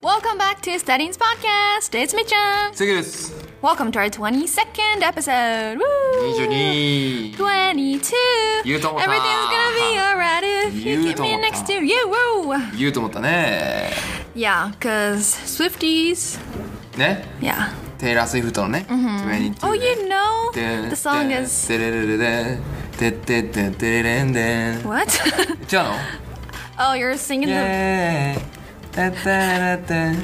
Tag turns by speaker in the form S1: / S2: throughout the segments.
S1: Welcome back to Studying's podcast. It's Michan.
S2: 次です。
S1: Welcome to our 22nd episode. Woo!
S2: 22。
S1: 22.
S2: 言うと思
S1: Everything's
S2: った
S1: gonna be alright if you
S2: 言う
S1: keep
S2: と
S1: me
S2: 思った
S1: next to you. Woo!
S2: 言うと思ったね。
S1: Yeah, cause Swifties.
S2: ね。
S1: Yeah.
S2: テイラー・スウィフトのね。22
S1: Oh, you know
S2: で
S1: the song is
S2: ででででででででででんでん
S1: what?
S2: 違うの
S1: oh, you're singing
S2: イ
S1: the.
S2: エーイタタラタン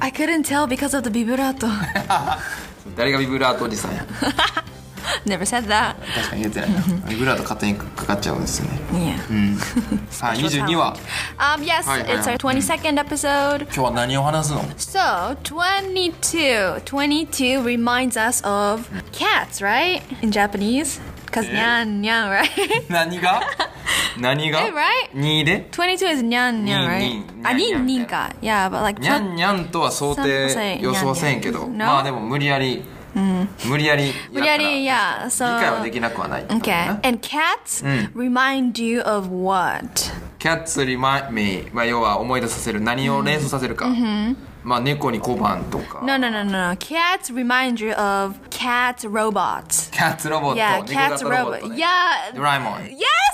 S1: I couldn't tell because of the vibrato.
S2: 誰がビブラートおじさんや
S1: Never said that.
S2: 確かに言ってないなビブラート勝手にかかっちゃうんですよね
S1: Yeah.
S2: さあ22話
S1: Um. Yes,
S2: Hi, hi,
S1: it's
S2: hi.
S1: our 22nd episode.
S2: 今日は何を話すの
S1: So, 22. 22 reminds us of cats, right? In Japanese? Because nyan nyan, right?
S2: 何が何が
S1: え right？
S2: 2で
S1: 22 is nyan nyan, right?
S2: Nin, nin,
S1: Ah, nin,
S2: nyan,
S1: nin
S2: nyan.
S1: ka. Yeah, but like.
S2: にゃんにゃんとは想定
S1: Some say
S2: 予想せんけ
S1: にゃ
S2: ど
S1: んにゃん
S2: まあでも無理やり無理やりやから
S1: Really, yeah.
S2: 理
S1: So.
S2: 解はできなくはない
S1: Okay.
S2: Uh-huh.
S1: And cats
S2: Hmm.
S1: remind you of what?
S2: キャッツリマイミー、まあ、要は思い出させる何を連想させるか、まあ猫に小判とか
S1: No, no, no, no, no. Cats remind you of cat robots.
S2: キャッツロボット
S1: Yeah,
S2: 猫
S1: cats
S2: 型ロボッ
S1: robot.
S2: ト、ね、
S1: Yeah.
S2: ドラえもん
S1: Yes,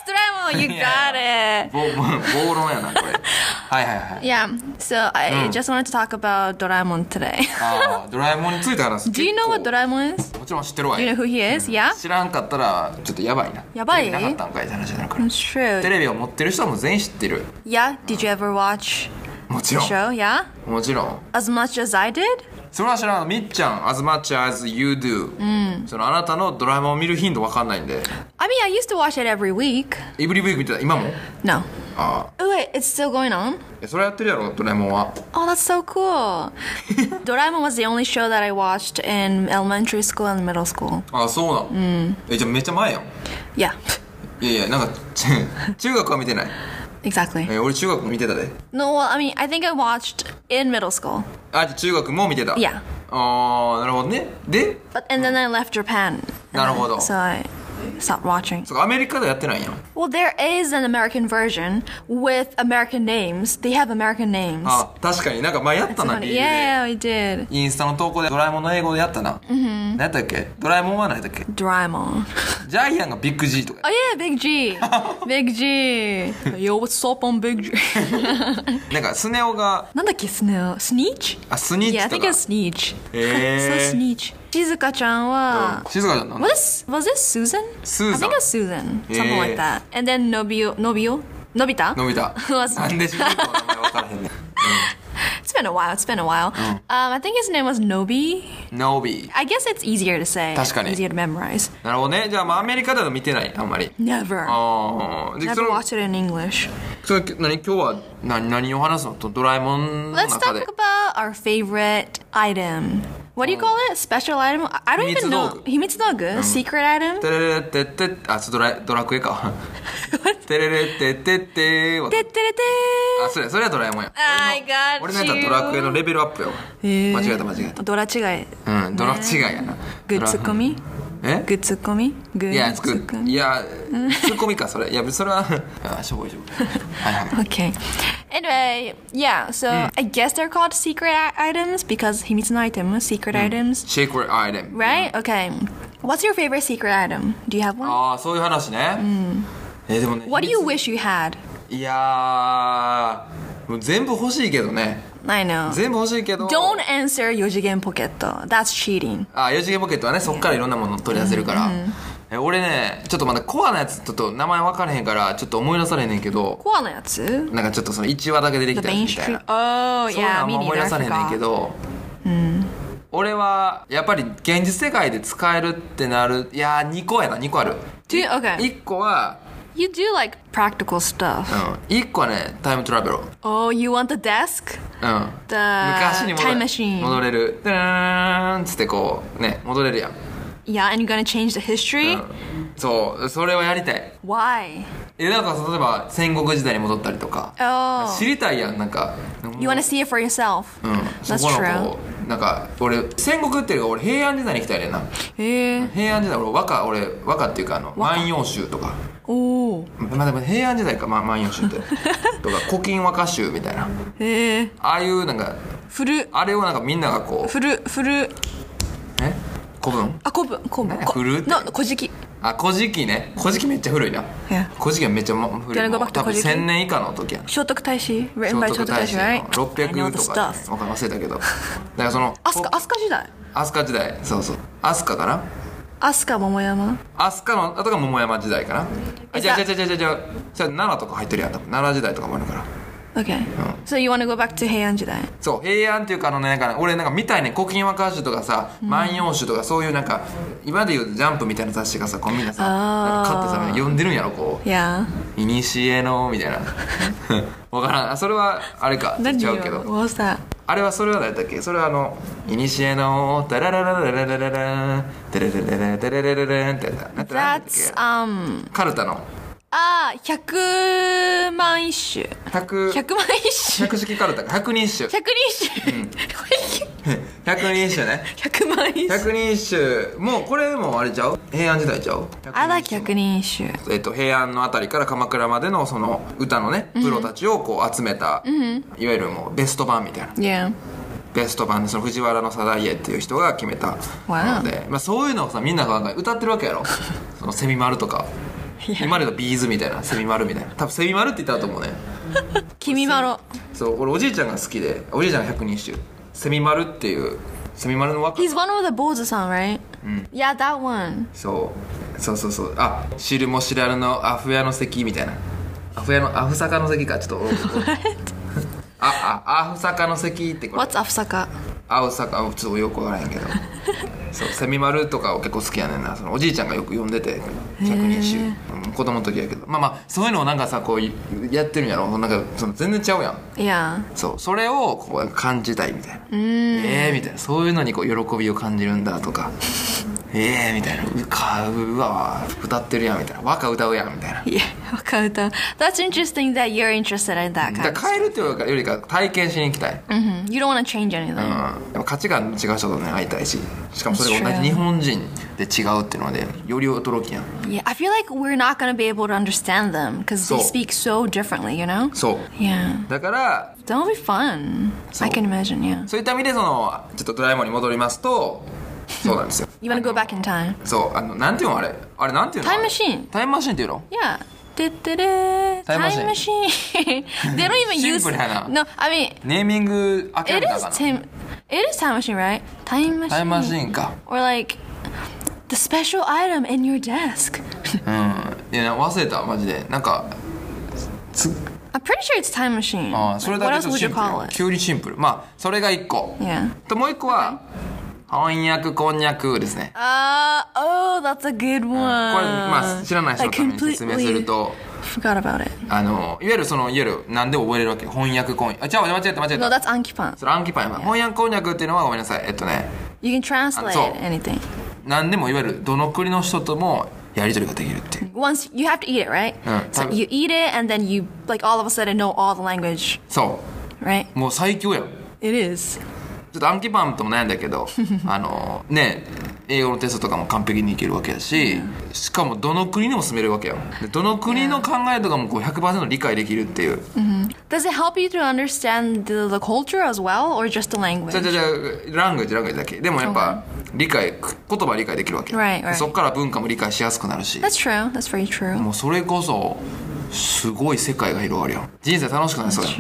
S1: Doraemon, you got
S2: Yeah.
S1: it.
S2: ボボ暴論やな これはいはいはい
S1: Yeah. So I
S2: Hmm.
S1: just wanted to talk about Doraemon today.
S2: あードラえもんについて話す
S1: Do you know what
S2: 結
S1: Doraemon is?
S2: 構もちろん知ってるわ
S1: Do you know
S2: よ
S1: who he is? Yeah.
S2: 知らんかったらちょっとやばいな
S1: やばい
S2: テレビなかったんかいって話になるから
S1: It's
S2: テ
S1: true.
S2: レビを持ってる人はもう全員知ってる
S1: Yeah. Did you ever watch
S2: もち
S1: the
S2: ろん
S1: show? Yeah.
S2: もちろん
S1: As much as I did.
S2: それは知らんみっちゃん as much as you do、そのあなたのドラえもんを見る頻度わかんないんで
S1: I mean, I used to watch it every week.
S2: エブリビーク見てた今も
S1: No.
S2: ああ
S1: Oh wait, it's still going on.
S2: えそれやってるやろドラえもんは
S1: Oh, that's so cool. Doraemon was the only show that I watched in elementary school and middle school.
S2: あそうなの、えじゃあめっちゃ前やん
S1: Yeah.
S2: いやいやなんか ち中学は見てない
S1: Exactly.
S2: え俺中学も見てたで
S1: No, well, I mean, I think I watched in middle school.
S2: あじゃあ中学も見てた
S1: いや
S2: ああなるほどねで
S1: But and then I left Japan. and
S2: なるほど。
S1: So I stopped watching.
S2: そっかアメリカではやってないんやん
S1: Well, there is an American version with American names. They have American names.
S2: あ確かになんか前やった
S1: So
S2: な
S1: funny.
S2: リール
S1: yeah, yeah, we did.
S2: でインスタの投稿でドラえもんの英語でやったな、何やったっけドラえもんは何やったっけ
S1: Doraemon.
S2: ジャイアンがビッグ G とか
S1: Oh yeah, Big G. Big G. Yo, what's up on Big G?
S2: なんかスネ夫が
S1: なんだっけ、スネ夫。Sneech?
S2: あスニ
S1: Yeah, I
S2: ーチと
S1: think
S2: か、
S1: it's Sneech.
S2: へー。
S1: so Sneech. 静香ちゃんは、
S2: 静かじゃんなん
S1: was this, was this Oh, Susan? I
S2: Susan.
S1: think it's Susan. Something like
S2: Yeah.
S1: that. And then Nobio, Nobio? Nobita?
S2: 伸びた
S1: Was-
S2: なんで主人公の名前分からへんねん
S1: It's been a while. It's been a while. Um, I think his name was Nobi.
S2: ノービー
S1: I guess it's easier to say.
S2: 確かに。
S1: Easier to memorize.
S2: なるほどねじゃあまあアメリカでは見てないあんまり
S1: Never.
S2: ああでそ
S1: Never
S2: の
S1: watched it in English.
S2: それ何今日は何何を話すのとドラえもんの
S1: Let's
S2: 中で
S1: talk about our favorite item. What do you call it? Special item? I- I don't even know.
S2: 秘密道具。
S1: 秘密道具? Secret item?
S2: テレレテテあそうドラドラクエかテレレテテテは
S1: Te- te- te- te.
S2: あそれそれはドラえもんや
S1: I got
S2: 俺のやつはドラクエのレベルアップよ間違えた間違え
S1: ドラ違い。
S2: たうんドラ違いやなドラ
S1: グッズ込み？
S2: え
S1: グッズ込み？グッズ込み？
S2: いやつくいやツッコミかそれいやそれは あしょぼいしょぼいはいはい
S1: Okay. Anyway, yeah, so I guess they're called secret i- items because 秘密の item, secret items,
S2: シェイクレアイテム
S1: right? Okay. What's your favorite secret item? Do you have one?
S2: ああそういう話ねえでもね
S1: what do
S2: 秘
S1: you wish
S2: 密
S1: you had?
S2: いやーもう全部欲しいけどね
S1: I know.
S2: 全部欲しいけど
S1: Don't answer 4次元ポケット. That's cheating.
S2: あ四次元ポケットはねそっからいろんなもの取り出せるから、え俺ねちょっとまだコアなやつちょっと名前分からへんからちょっと思い出されへんねんけど
S1: コアのやつ？The
S2: なんかちょっとその1話だけ出てきたやつ
S1: Main
S2: みたい
S1: Street.
S2: な
S1: Oh,
S2: そういうの
S1: yeah,
S2: あん
S1: me
S2: ま思い
S1: neither.
S2: 出
S1: I
S2: されへんねんけ
S1: forgot.
S2: ど、俺はやっぱり現実世界で使えるってなるいやー2個やな2個ある
S1: Do you- okay.
S2: 1個は、
S1: You do like practical stuff.
S2: うん、1個はねタイムトラベル、うん、
S1: Oh, you want the desk?
S2: 昔
S1: The
S2: に戻
S1: time
S2: れ
S1: machine.
S2: 戻れるダラーンっつってこうね戻れるやん、
S1: Yeah, and you're gonna change the history?
S2: うん、そうそれはやりたい
S1: Why?
S2: えなんか例えば戦国時代に戻ったりとか
S1: Oh.
S2: 知りたいやんなんか
S1: You wanna see it for yourself.
S2: うん、
S1: That's
S2: そこのこうなんか俺戦国っていうか俺平安時代に行きたいねんな
S1: へえ
S2: 平安時代俺和歌俺和歌っていうかあの万葉集とか
S1: おお
S2: まあでも平安時代か、まあ、万葉集ってとか古今和歌集みたいな
S1: へえ
S2: ああいうなんか
S1: 古
S2: あれをなんかみんながこう
S1: 古古
S2: え古文
S1: あ古文古文
S2: ね
S1: こ
S2: 古って
S1: の古事記
S2: あ古事記ね古事記めっちゃ古いな
S1: Yeah.
S2: 古事記はめっちゃま古い
S1: Gotta go
S2: も
S1: back to
S2: う多分
S1: 古事記
S2: 1000年以下の時やな
S1: 聖徳太子 written by
S2: 聖徳
S1: 聖徳
S2: 太
S1: 太
S2: 子
S1: 子
S2: の
S1: right
S2: 600とか、ね、
S1: 飛
S2: わかん忘れたけどだからその
S1: 鳥飛鳥時代
S2: 飛鳥時代そうそう飛鳥かな
S1: 飛鳥桃山
S2: 飛鳥の後が桃山時代かなあ
S1: え
S2: じゃあじ
S1: じ
S2: ゃ
S1: ゃ
S2: あじゃあじゃあじゃあじゃあ奈良とか入ってるやん多分奈良時代とかもあるから
S1: Okay so you want to go back to 平安時代
S2: そう平安っていうかあのねなんかね俺なんか見たいね古今和歌集とかさ「万葉集」とかそういうなんか今でいう「ジャンプ」みたいな雑誌がさこうみんなさなん
S1: あ
S2: か
S1: ー
S2: 買ってさ読んでるんやろこう
S1: Yeah
S2: 「いにしえの」みたいなわからんあそれはあれか違
S1: 何よ
S2: うけ
S1: What
S2: ど
S1: was that
S2: あれはそれは誰だっけそれはあの「いにしえの」「ダララララララララン」「ダラララララララララン」ってやつだなんてなんだっ
S1: That's
S2: け
S1: um
S2: カルタの
S1: ああ100万一首
S2: 100
S1: 100万一首
S2: 百式カルタか百人一首
S1: 100人一首
S2: 百人一首ね
S1: 100万一首
S2: 百人一首もうこれもあれちゃう平安時代ちゃう
S1: あら100人一首
S2: えっと、平安のあたりから鎌倉までのその歌のねプロたちをこう集めた、いわゆるもうベスト版みたいな
S1: Yeah
S2: ベスト版でその藤原の定家っていう人が決めたな
S1: Wow
S2: ので、まあ、そういうのをさみんなが歌ってるわけや ろそのセミ丸とか今で言うとビーズみたいなセミ丸みたいな多分セミ丸って言ったらと思うね
S1: 君まろ
S2: そう俺おじいちゃんが好きでおじいちゃんが百人一首セミ丸っていうセミ丸の和歌
S1: He's one of the Mm. Bozo song right Yeah that one
S2: そうそうそうそうあ知るも知らぬのアフ屋の席みたいなアフ屋のアフ坂の席かちょっとああアフ坂の席ってこれ
S1: What's アフサカ
S2: アフ坂あちょっとよくわからへんけどそうセミ丸とかを結構好きやねんなそのおじいちゃんがよく読んでて百人一首、うん、子供の時やけどまあまあそういうのをなんかさこうやってるんやろなんかその全然ちゃうやん
S1: Yeah
S2: そうそれをこう感じたいみたいなええー、みたいなそういうのにこう喜びを感じるんだと かええー、みたいなうかうわ歌ってるやんみたいな和歌歌うやんみたいな
S1: Yeah わかると That's interesting that you're interested in that
S2: だ
S1: kind
S2: から変えるというかよりか体験しに行きたい、うん
S1: Mhm. You don't want to change anything
S2: でも価値観の違う人とね会いたいししかもそれが同
S1: That's
S2: じ
S1: true
S2: 日本人で違うっていうのでより驚きやん
S1: Yeah I feel like we're not gonna be able to understand them Because they
S2: そう
S1: speak so differently you know
S2: そう
S1: Yeah
S2: だから
S1: That'll be fun. I can imagine, yeah.
S2: そういった意味でそのちょっとドラえもんに戻りますとそうなんですよ
S1: You wanna go back in time?
S2: そうあのなんていうのあれあれなんていうの
S1: タイムマシーン
S2: タイムマシーンっていうの
S1: Yeah. Time
S2: Time
S1: machine. they don't even use.
S2: Simple, Hannah.
S1: No, I mean
S2: ネーミング諦
S1: it
S2: めた
S1: is
S2: かな
S1: time. It is time machine, right? Time machine.
S2: タイムマシーンか
S1: Or like the special item in your desk.
S2: うんいや忘れたマジでなんか
S1: I'm pretty sure it's time machine.
S2: あー
S1: Like,
S2: それ
S1: what
S2: だけ
S1: else
S2: ちょっと
S1: would
S2: シ
S1: you
S2: ンプ
S1: call it?
S2: ルよ急にシンプルまあそれが1個
S1: Yeah.
S2: ともう1個は翻訳こんにゃくですね
S1: Uh, oh, that's a good
S2: これ
S1: one.
S2: まあ知らない人
S1: I
S2: のために説明する
S1: completely
S2: と
S1: forgot about it.
S2: あのいわゆるそのいわゆる何でも覚えれるわけ翻訳こんあ違う間違えた間違え
S1: No,
S2: た
S1: that's Ankipan.
S2: それ暗記パンやな翻訳こんにゃくっていうのはごめんなさいえっとね
S1: You can translate
S2: so-
S1: anything.
S2: 何でもいわゆるどの国の人ともやり取りができるっていう
S1: once you have to eat it, right?
S2: Yeah,
S1: so
S2: have-
S1: you eat it, and then you like all of a sudden know all the language,
S2: そ
S1: right?
S2: うもう最強やん
S1: It is.
S2: ちょっと暗記パンとも悩んだ けどあのね英語のテストとかも完璧にいけるわけやし、しかもどの国にも住めるわけやんでどの国の考えとかもこう100%理解できるっていう
S1: Does it help you to understand the, the culture as well, or just the
S2: じゃ
S1: language?
S2: じゃじゃラングージラングージだけでもやっぱ理解言葉理解できるわけやん
S1: Right, right.
S2: そっから文化も理解しやすくなるし
S1: That's true. That's very true.
S2: もうそれこそすごい世界が広がるよ人生楽しくなりそうや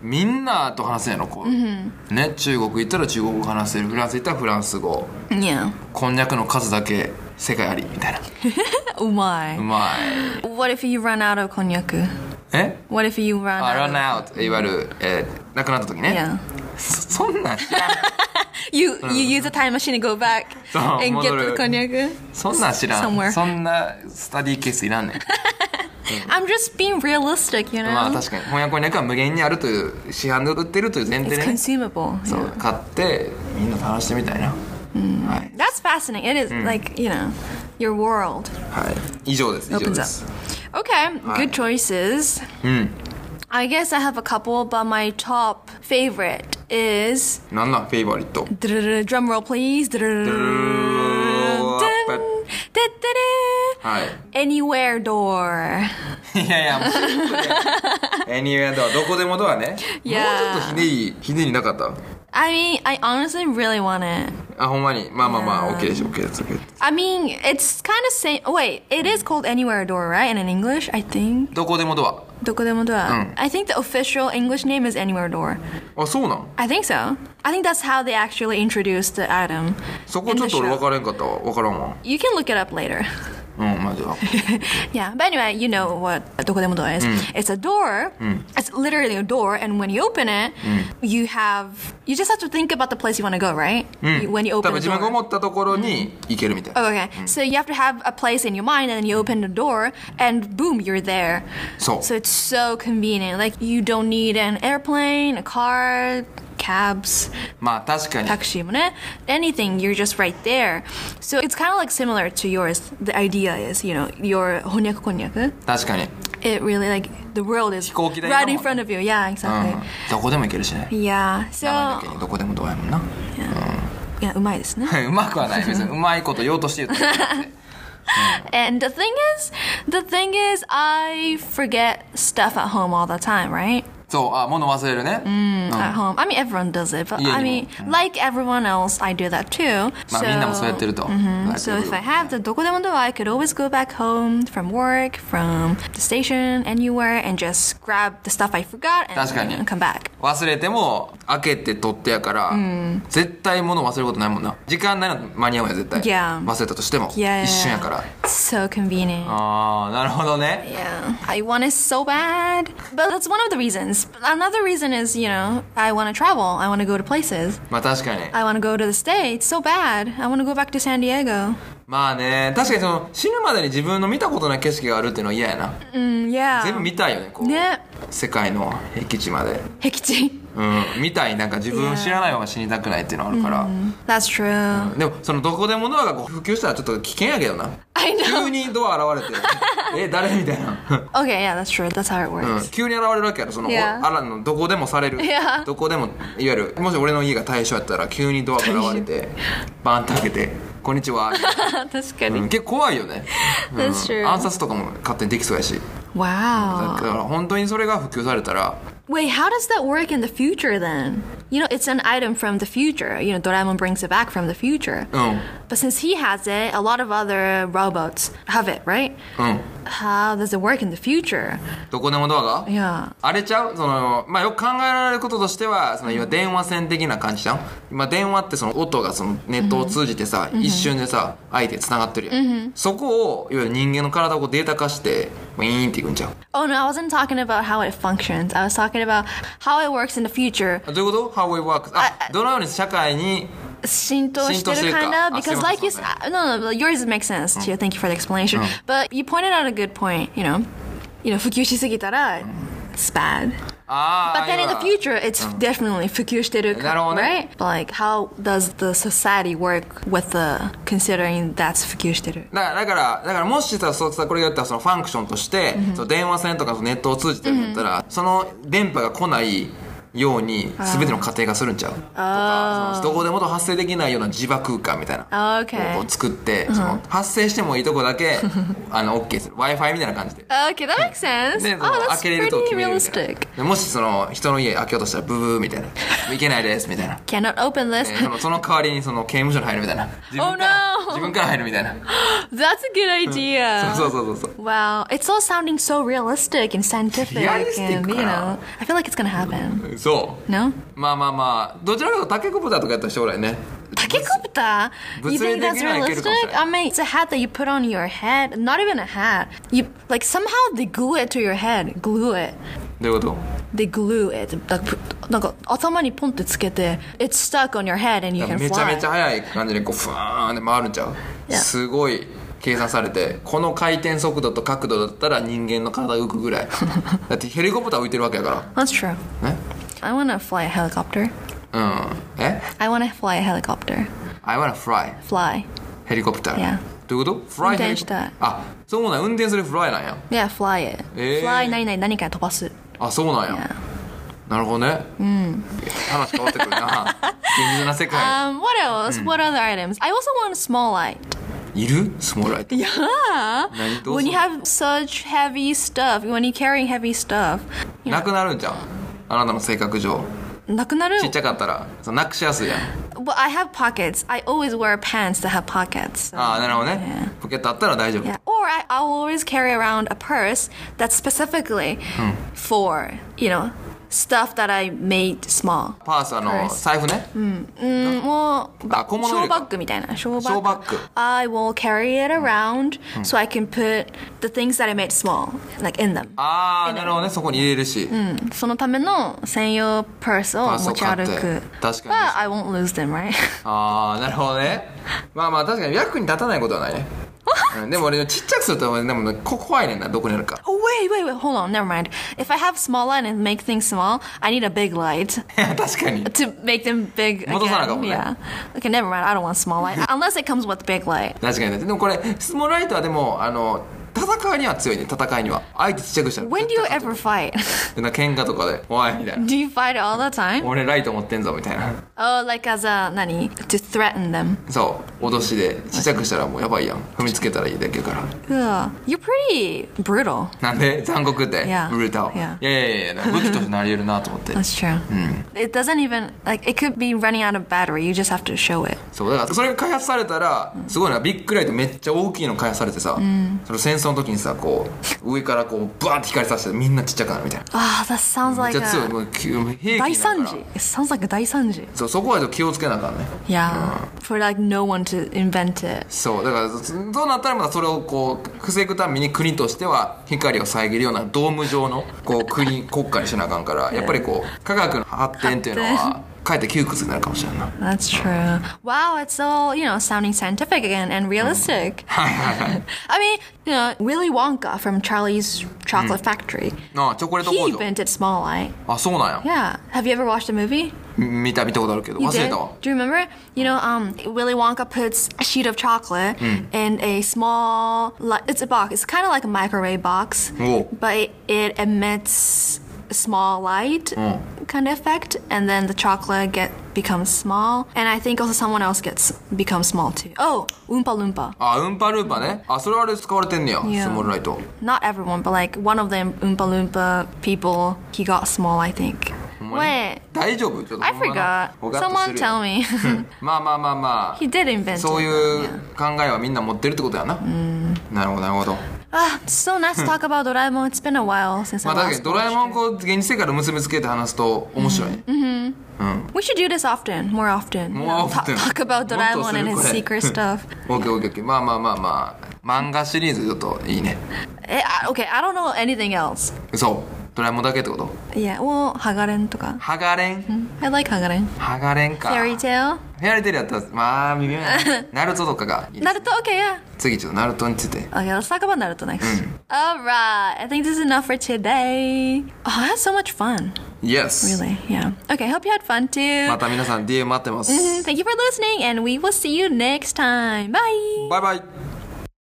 S1: True.
S2: んみんなと話せんやろこう、ね中国行ったら中国語話せるフランス行ったらフランス語
S1: Yeah.
S2: こんにゃくの数だけ世界ありみたいな
S1: Oh
S2: う
S1: my.
S2: まい
S1: What if you run out of konyaku?
S2: え
S1: What if you run
S2: あ、
S1: out?
S2: run
S1: of-
S2: out いわゆる、えー、亡くなった時ね、
S1: Yeah.
S2: そそんなん知らん
S1: You you use a time machine to go back
S2: So,
S1: and get the
S2: model-
S1: konyaku.
S2: そんなん知らん
S1: Somewhere.
S2: そんなスタディケースいらんね ん Mm.
S1: I'm just being realistic, you know.
S2: まあ確かに翻訳こんにゃくは無限にあるという市販で売ってるという前提
S1: it's
S2: でね
S1: consumable.
S2: そう
S1: yeah.
S2: 買ってみんな楽してみたいな、はい
S1: That's fascinating. It is
S2: Mm.
S1: like you know, your world.
S2: はい以上です以上
S1: opens
S2: で
S1: up.
S2: す
S1: Okay, good choices. I guess I have a couple, but my top favorite is
S2: なんなんフェイバリット
S1: drum roll please.
S2: はい
S1: Anywhere door.
S2: いやいやもうシンプルやん Anywhere ドアどこでもドアね
S1: いやー
S2: もうちょっとひねりひねりなかった
S1: I mean, I honestly really want it.
S2: あほんまにまあまあまあ
S1: いや
S2: OK です OK です OK です
S1: I mean, it's kind of same. oh, Wait, it is called anywhere door, right? And in English, I think.
S2: どこでもドア
S1: Dokodemodora. I think the official English name is anywhere door.
S2: あそうなん
S1: I think so. I think that's how they actually introduced the item.
S2: そ
S1: in
S2: こ
S1: the
S2: ちょっと俺
S1: show.
S2: 分からんかったわ分からんわ
S1: You can look it up later.
S2: うんまあじ ゃ
S1: yeah,
S2: あ
S1: but anyway, you know what dokodemodora is. It's a door. It's literally a door, and when you open it, you have you just have to think about the place you want to go, right?
S2: うん
S1: You- When you
S2: 多
S1: open
S2: 分
S1: the
S2: 自分
S1: door.
S2: が思ったところに行けるみたいな
S1: Oh, okay. So you have to have a place in your mind, and then you open the door, and boom, you're there.
S2: そう
S1: So it's so convenient. Like you don't need an airplane, a car, cabs,
S2: まあ確かに
S1: taxi, mone, anything. You're just right there. So it's kind of like similar to yours. The idea is, you know, your honyaku konyaku.
S2: 確かに、
S1: It really like the world is
S2: 飛行機代だもん。
S1: right in front of you. Yeah,
S2: うん
S1: exactly.
S2: どこでも行けるしね
S1: Yeah. So
S2: 名前だけにどこでもドアやもんな
S1: yeah, うまいですね。
S2: うまくはない 別にうまいこと言おうとして言っただけで
S1: And the thing is, the thing is, I forget stuff at home all the time, right?
S2: そうあ物忘れるね、
S1: At home. I mean, everyone does it, but
S2: Yeah, Uh-huh.
S1: I
S2: you
S1: mean, like everyone else, I do that too.
S2: まあみんなもそうやってると、Like
S1: So if I
S2: everyone.
S1: have the dokodemo I could always go back home from work, from the station, anywhere, and just grab the stuff I forgot and,
S2: 確かに。
S1: come back.
S2: 忘れても開けて取ってやから、絶対物忘れることないもんな時間ないの間に合うやん絶対、
S1: Yeah.
S2: 忘れたとしても
S1: Yeah, yeah,
S2: 一瞬やから
S1: It's so convenient.
S2: Oh. ああなるほどね
S1: Yeah, I want it so bad. But that's one of the reasons. Another reason is, you know, I want to travel. I want to go to places.
S2: まあ確かに
S1: I want to go to the States so bad. I want to go back to San Diego.
S2: まあね確かにその死ぬまでに自分の見たことない景色があるっていうのは嫌やな
S1: Mm, yeah.
S2: 全部見たいよねこう
S1: ね
S2: 世界の僻地まで、
S1: Hikichi.
S2: うん、見たいなんか自分知らないまま死にたくないっていうのはあるから、
S1: That's true.
S2: でもそのどこでもドアがこう普及したらちょっと危険やけどな
S1: I know.
S2: 急にドア 現れてえ誰みたいな、
S1: Okay, yeah, that's true. That's how it
S2: うん
S1: works.
S2: 急に現れるわけやろその、
S1: Yeah.
S2: おあらのどこでもされる
S1: Yeah.
S2: どこでもいわゆるもし俺の家が大将やったら急にドアが現れてバンって開けて「こんにち は」うん
S1: 確かに。
S2: 結構怖いよね、うん、
S1: That's true.
S2: 暗殺とかも勝手にできそうやし
S1: Wow.
S2: だから本当にそれが普及されたら
S1: Wait, how does that work in the future then? You know, it's an item from the future. You know, Doraemon brings it back from the future.
S2: うん
S1: But since he has it, a lot of other robots have it, right?
S2: うん
S1: How does it work in the future?
S2: どこでもドアが
S1: Yeah.
S2: あれちゃうその、まあ、よく考えられることとしてはその今電話線的な感じじゃん今電話ってその音がそのネットを通じてさ、一瞬でさ相手つながってるやん、そこをいわゆる人間の体をこうデータ化してウィーンっていくんちゃう
S1: Oh no, I wasn't talking about how it functions. I was talking about how it works in the future.
S2: あどういうこと ?How it works? あどのように社会に
S1: 浸透してる
S2: 浸透してるか。
S1: kind of
S2: あ、
S1: because
S2: すいません、
S1: like you s-
S2: すいま
S1: uh,
S2: せん。
S1: no no but yours makes sense too. Thank you for the explanation. But you pointed out a good point. You know, you know 普及しすぎたら it's bad.
S2: ああ
S1: But then in the future, it's definitely 普及してるか
S2: なるほどね。
S1: right? But like how does the society work with the considering that's 普及してる？
S2: だからだからだからもしさそうさこれがやったらそのファンクションとして、その電話線とかそのネットを通じてるんだったら、その電波が来ないように全ての家庭がするんちゃうとかそのどこでもと発生できないような磁場空間みたいな
S1: あー OK
S2: をこう作って、その発生してもいいとこだ けあの OK する w i f i みたいな感じで。
S1: Okay, that makes sense.
S2: で、そ
S1: Oh,
S2: の開
S1: that's
S2: けれると
S1: pretty
S2: 決めるみたい
S1: realistic.
S2: なでもしその人の家開けようとしたらブブーみたいな「いけないです」みた いな
S1: Cannot open this.
S2: でそのその代わりにその刑務所に入るみたいな自分から
S1: Oh no
S2: 自分から入る みたいな
S1: That's a good idea.
S2: そうそうそうそう
S1: Wow, it's all sounding so realistic and scientific,
S2: Realistic
S1: and you
S2: か
S1: know,
S2: な？
S1: I feel like it's gonna happen.
S2: そう
S1: No,
S2: まあまあまあどちらかというと竹子豚とかやったら将来ね
S1: Takekopita. You think that's
S2: 物理的にはいけるかもしれない。
S1: realistic? I mean, it's a hat that you put on your head. Not even a hat. You like somehow they glue it to your head. Glue it.
S2: どういうこと
S1: They glue it. It's stuck on your head and you can
S2: めちゃめちゃ
S1: fly.
S2: 速い感じでこうふわーんって回るんちゃう
S1: Yeah.
S2: すごい計算されてこの回転速度と角度だったら人間の体が浮くぐら いだってヘリコプター浮いてるわけやか
S1: That's true.
S2: らね
S1: I wanna fly a helicopter.
S2: うんえ
S1: I wanna fly a helicopter.
S2: I wanna fly
S1: Fly.
S2: ヘリコプター、
S1: Yeah.
S2: どういうこと fly
S1: 運転したい
S2: helicopter あそうなん運転するフライなんや
S1: Yeah, fly it.
S2: Eh.
S1: Fly 何々何か飛ばす。
S2: あそうなんや、
S1: Yeah.
S2: なるほどね、話変わってくるな現実な 世界
S1: Um, what else?
S2: Hmm.
S1: What other items? I also want a small light.
S2: いるスモールライト
S1: Yeah.
S2: Then it
S1: When you have
S2: also-
S1: such heavy stuff, when you're carrying heavy stuff, you
S2: な
S1: know,
S2: くなるんじゃんあなたの性格上ちっ
S1: 나kunaru.
S2: ちゃかったらそのなくしやすいやん
S1: Well, I have pockets. I always wear pants that have pockets. so-
S2: ああ Ah, なるほどねポケットあったら大丈夫
S1: Yeah. Or I, I'll always carry around a purse that's specifically for, you know, stuff that I made small. Mm,
S2: パースあの
S1: Purse
S2: 財布ね
S1: もう、
S2: あ小物入れか
S1: 小バッグみたいな。小バッグ。
S2: 小バッグ
S1: I will carry it around so I can put the things that I made small, like in
S2: Ah.
S1: them.
S2: ああなるほどねそこに入れるし
S1: うんそのための専用パースを持ち歩
S2: パースを買っ
S1: く
S2: て。確かに
S1: But I won't lose them, right?
S2: ああなるほどねまあまあ確かに役に立たないことはないね うんでも俺ちっちゃくするとでもねこ怖いねんなどこにあるか
S1: oh, wait, wait, wait, hold on, never mind. If I have small light and make things small, I need a big light
S2: 確かに
S1: to make them big
S2: 戻さなあか
S1: again.
S2: んもんね
S1: Yeah. Okay, never mind. I don't want small light. Unless it comes with big light.
S2: 確かにねでもこれスモールライトはでもあの戦いには強いね戦いには相手ちっちゃくしたら
S1: When do you ever fight?
S2: なんか喧嘩とかで「おい」みたいな
S1: do you fight all the
S2: 「
S1: time?
S2: 俺ライト持ってんぞ」みたいな
S1: Oh, like as a, 何 To threaten them.
S2: そう脅しでちっちゃくしたらもうやばいやん踏みつけたらいいだけやから
S1: Ugh. You're pretty brutal.
S2: なん で残酷って
S1: いや
S2: ブルータを
S1: い
S2: いや
S1: や
S2: いやいや武器としてなり得るなと思って
S1: That's true. It doesn't even, like, it could be running out of battery. You just have to show it.
S2: そうだからそれが開発されたらすごいなビッグライトめっちゃ大きいの開発されてさ、その戦争の時にさこう上からこうバーって光させてみんなちっちゃくなるみたいな
S1: Ah, that sounds
S2: めっ
S1: like
S2: ちゃ強い
S1: a
S2: もうきもう兵器
S1: 大
S2: になるから
S1: 惨事 It sounds like a 大惨事
S2: そうそこはちょっと気をつけなあかんね
S1: Yeah, for like no one to invent it.
S2: そうだからそそうなったらまたそれをこう防ぐために国としては光を遮るようなドーム状のこう国国家にしなあかんからやっぱりこう科学の発展っていうのはかえって窮屈になるかもしれんない
S1: That's true. Wow, it's all you know sounding scientific again and realistic. I mean, you know, Willy Wonka from Charlie's Chocolate Factory.
S2: なあチョコレート
S1: He
S2: 工場
S1: invented small light.
S2: あそうなんや
S1: Yeah. Have you ever watched the movie?
S2: 見た見たことあるけど
S1: You
S2: 忘れ
S1: did?
S2: たわ
S1: Do you remember? You know, um, Willy Wonka puts a sheet of chocolate in a small, li- it's a box. It's kind of like a microwave box,
S2: Whoa.
S1: but it, it emits small light kind of effect, and then the chocolate get becomes small. And I think also someone else gets becomes small too. Oh, Oompa Loompa.
S2: あウンパルーパねあそれはあれ使われてんねや
S1: いや
S2: スモールライト
S1: Not everyone, but like one of them, Oompa Loompa people, he got small, I think. Wait,
S2: 大丈夫ちょっと
S1: I
S2: ほんま
S1: forgot.
S2: なほがっとして
S1: Someone
S2: る
S1: tell me.
S2: まあまあまあま
S1: he did invent
S2: あ
S1: it.
S2: そうい
S1: Yeah.
S2: う考えはみんな持ってるってことやななるほどなるほど
S1: Ah, it's so nice to talk about Doraemon. It's been a while since
S2: ま
S1: I
S2: あ確か
S1: last
S2: にドラえもん
S1: watched
S2: こう現実世界と結びつけて話すと面白いね
S1: it. We should do this often, more often. you
S2: More
S1: know, ta-
S2: often.
S1: talk about
S2: More to
S1: Doraemon and his
S2: Suruko-e.
S1: secret stuff.
S2: オッケーオッケーオッケーまあまあまあまあ漫画シリーズちょっといいね
S1: Eh, I- okay, I don't know anything else.
S2: そうドラえもんだけってこと
S1: Yeah, well, Hagaren とか。
S2: ハガレン
S1: I like Hagaren.
S2: ハガレンか
S1: Fairy Tale.
S2: フェアリテルやったらまあ微妙やなナルトとかがいいです
S1: Naruto, okay, yeah.
S2: 次ちょっとナルトについて
S1: Okay, let's talk about Naruto next.
S2: Hmm.
S1: Alright, I think this is enough for today. Oh, I had so much fun.
S2: Yes
S1: Really, yeah. Okay, hope you had fun too.
S2: また皆さん DM 待ってます
S1: Thank you for listening, and we will see you next time. Bye!
S2: バイバイ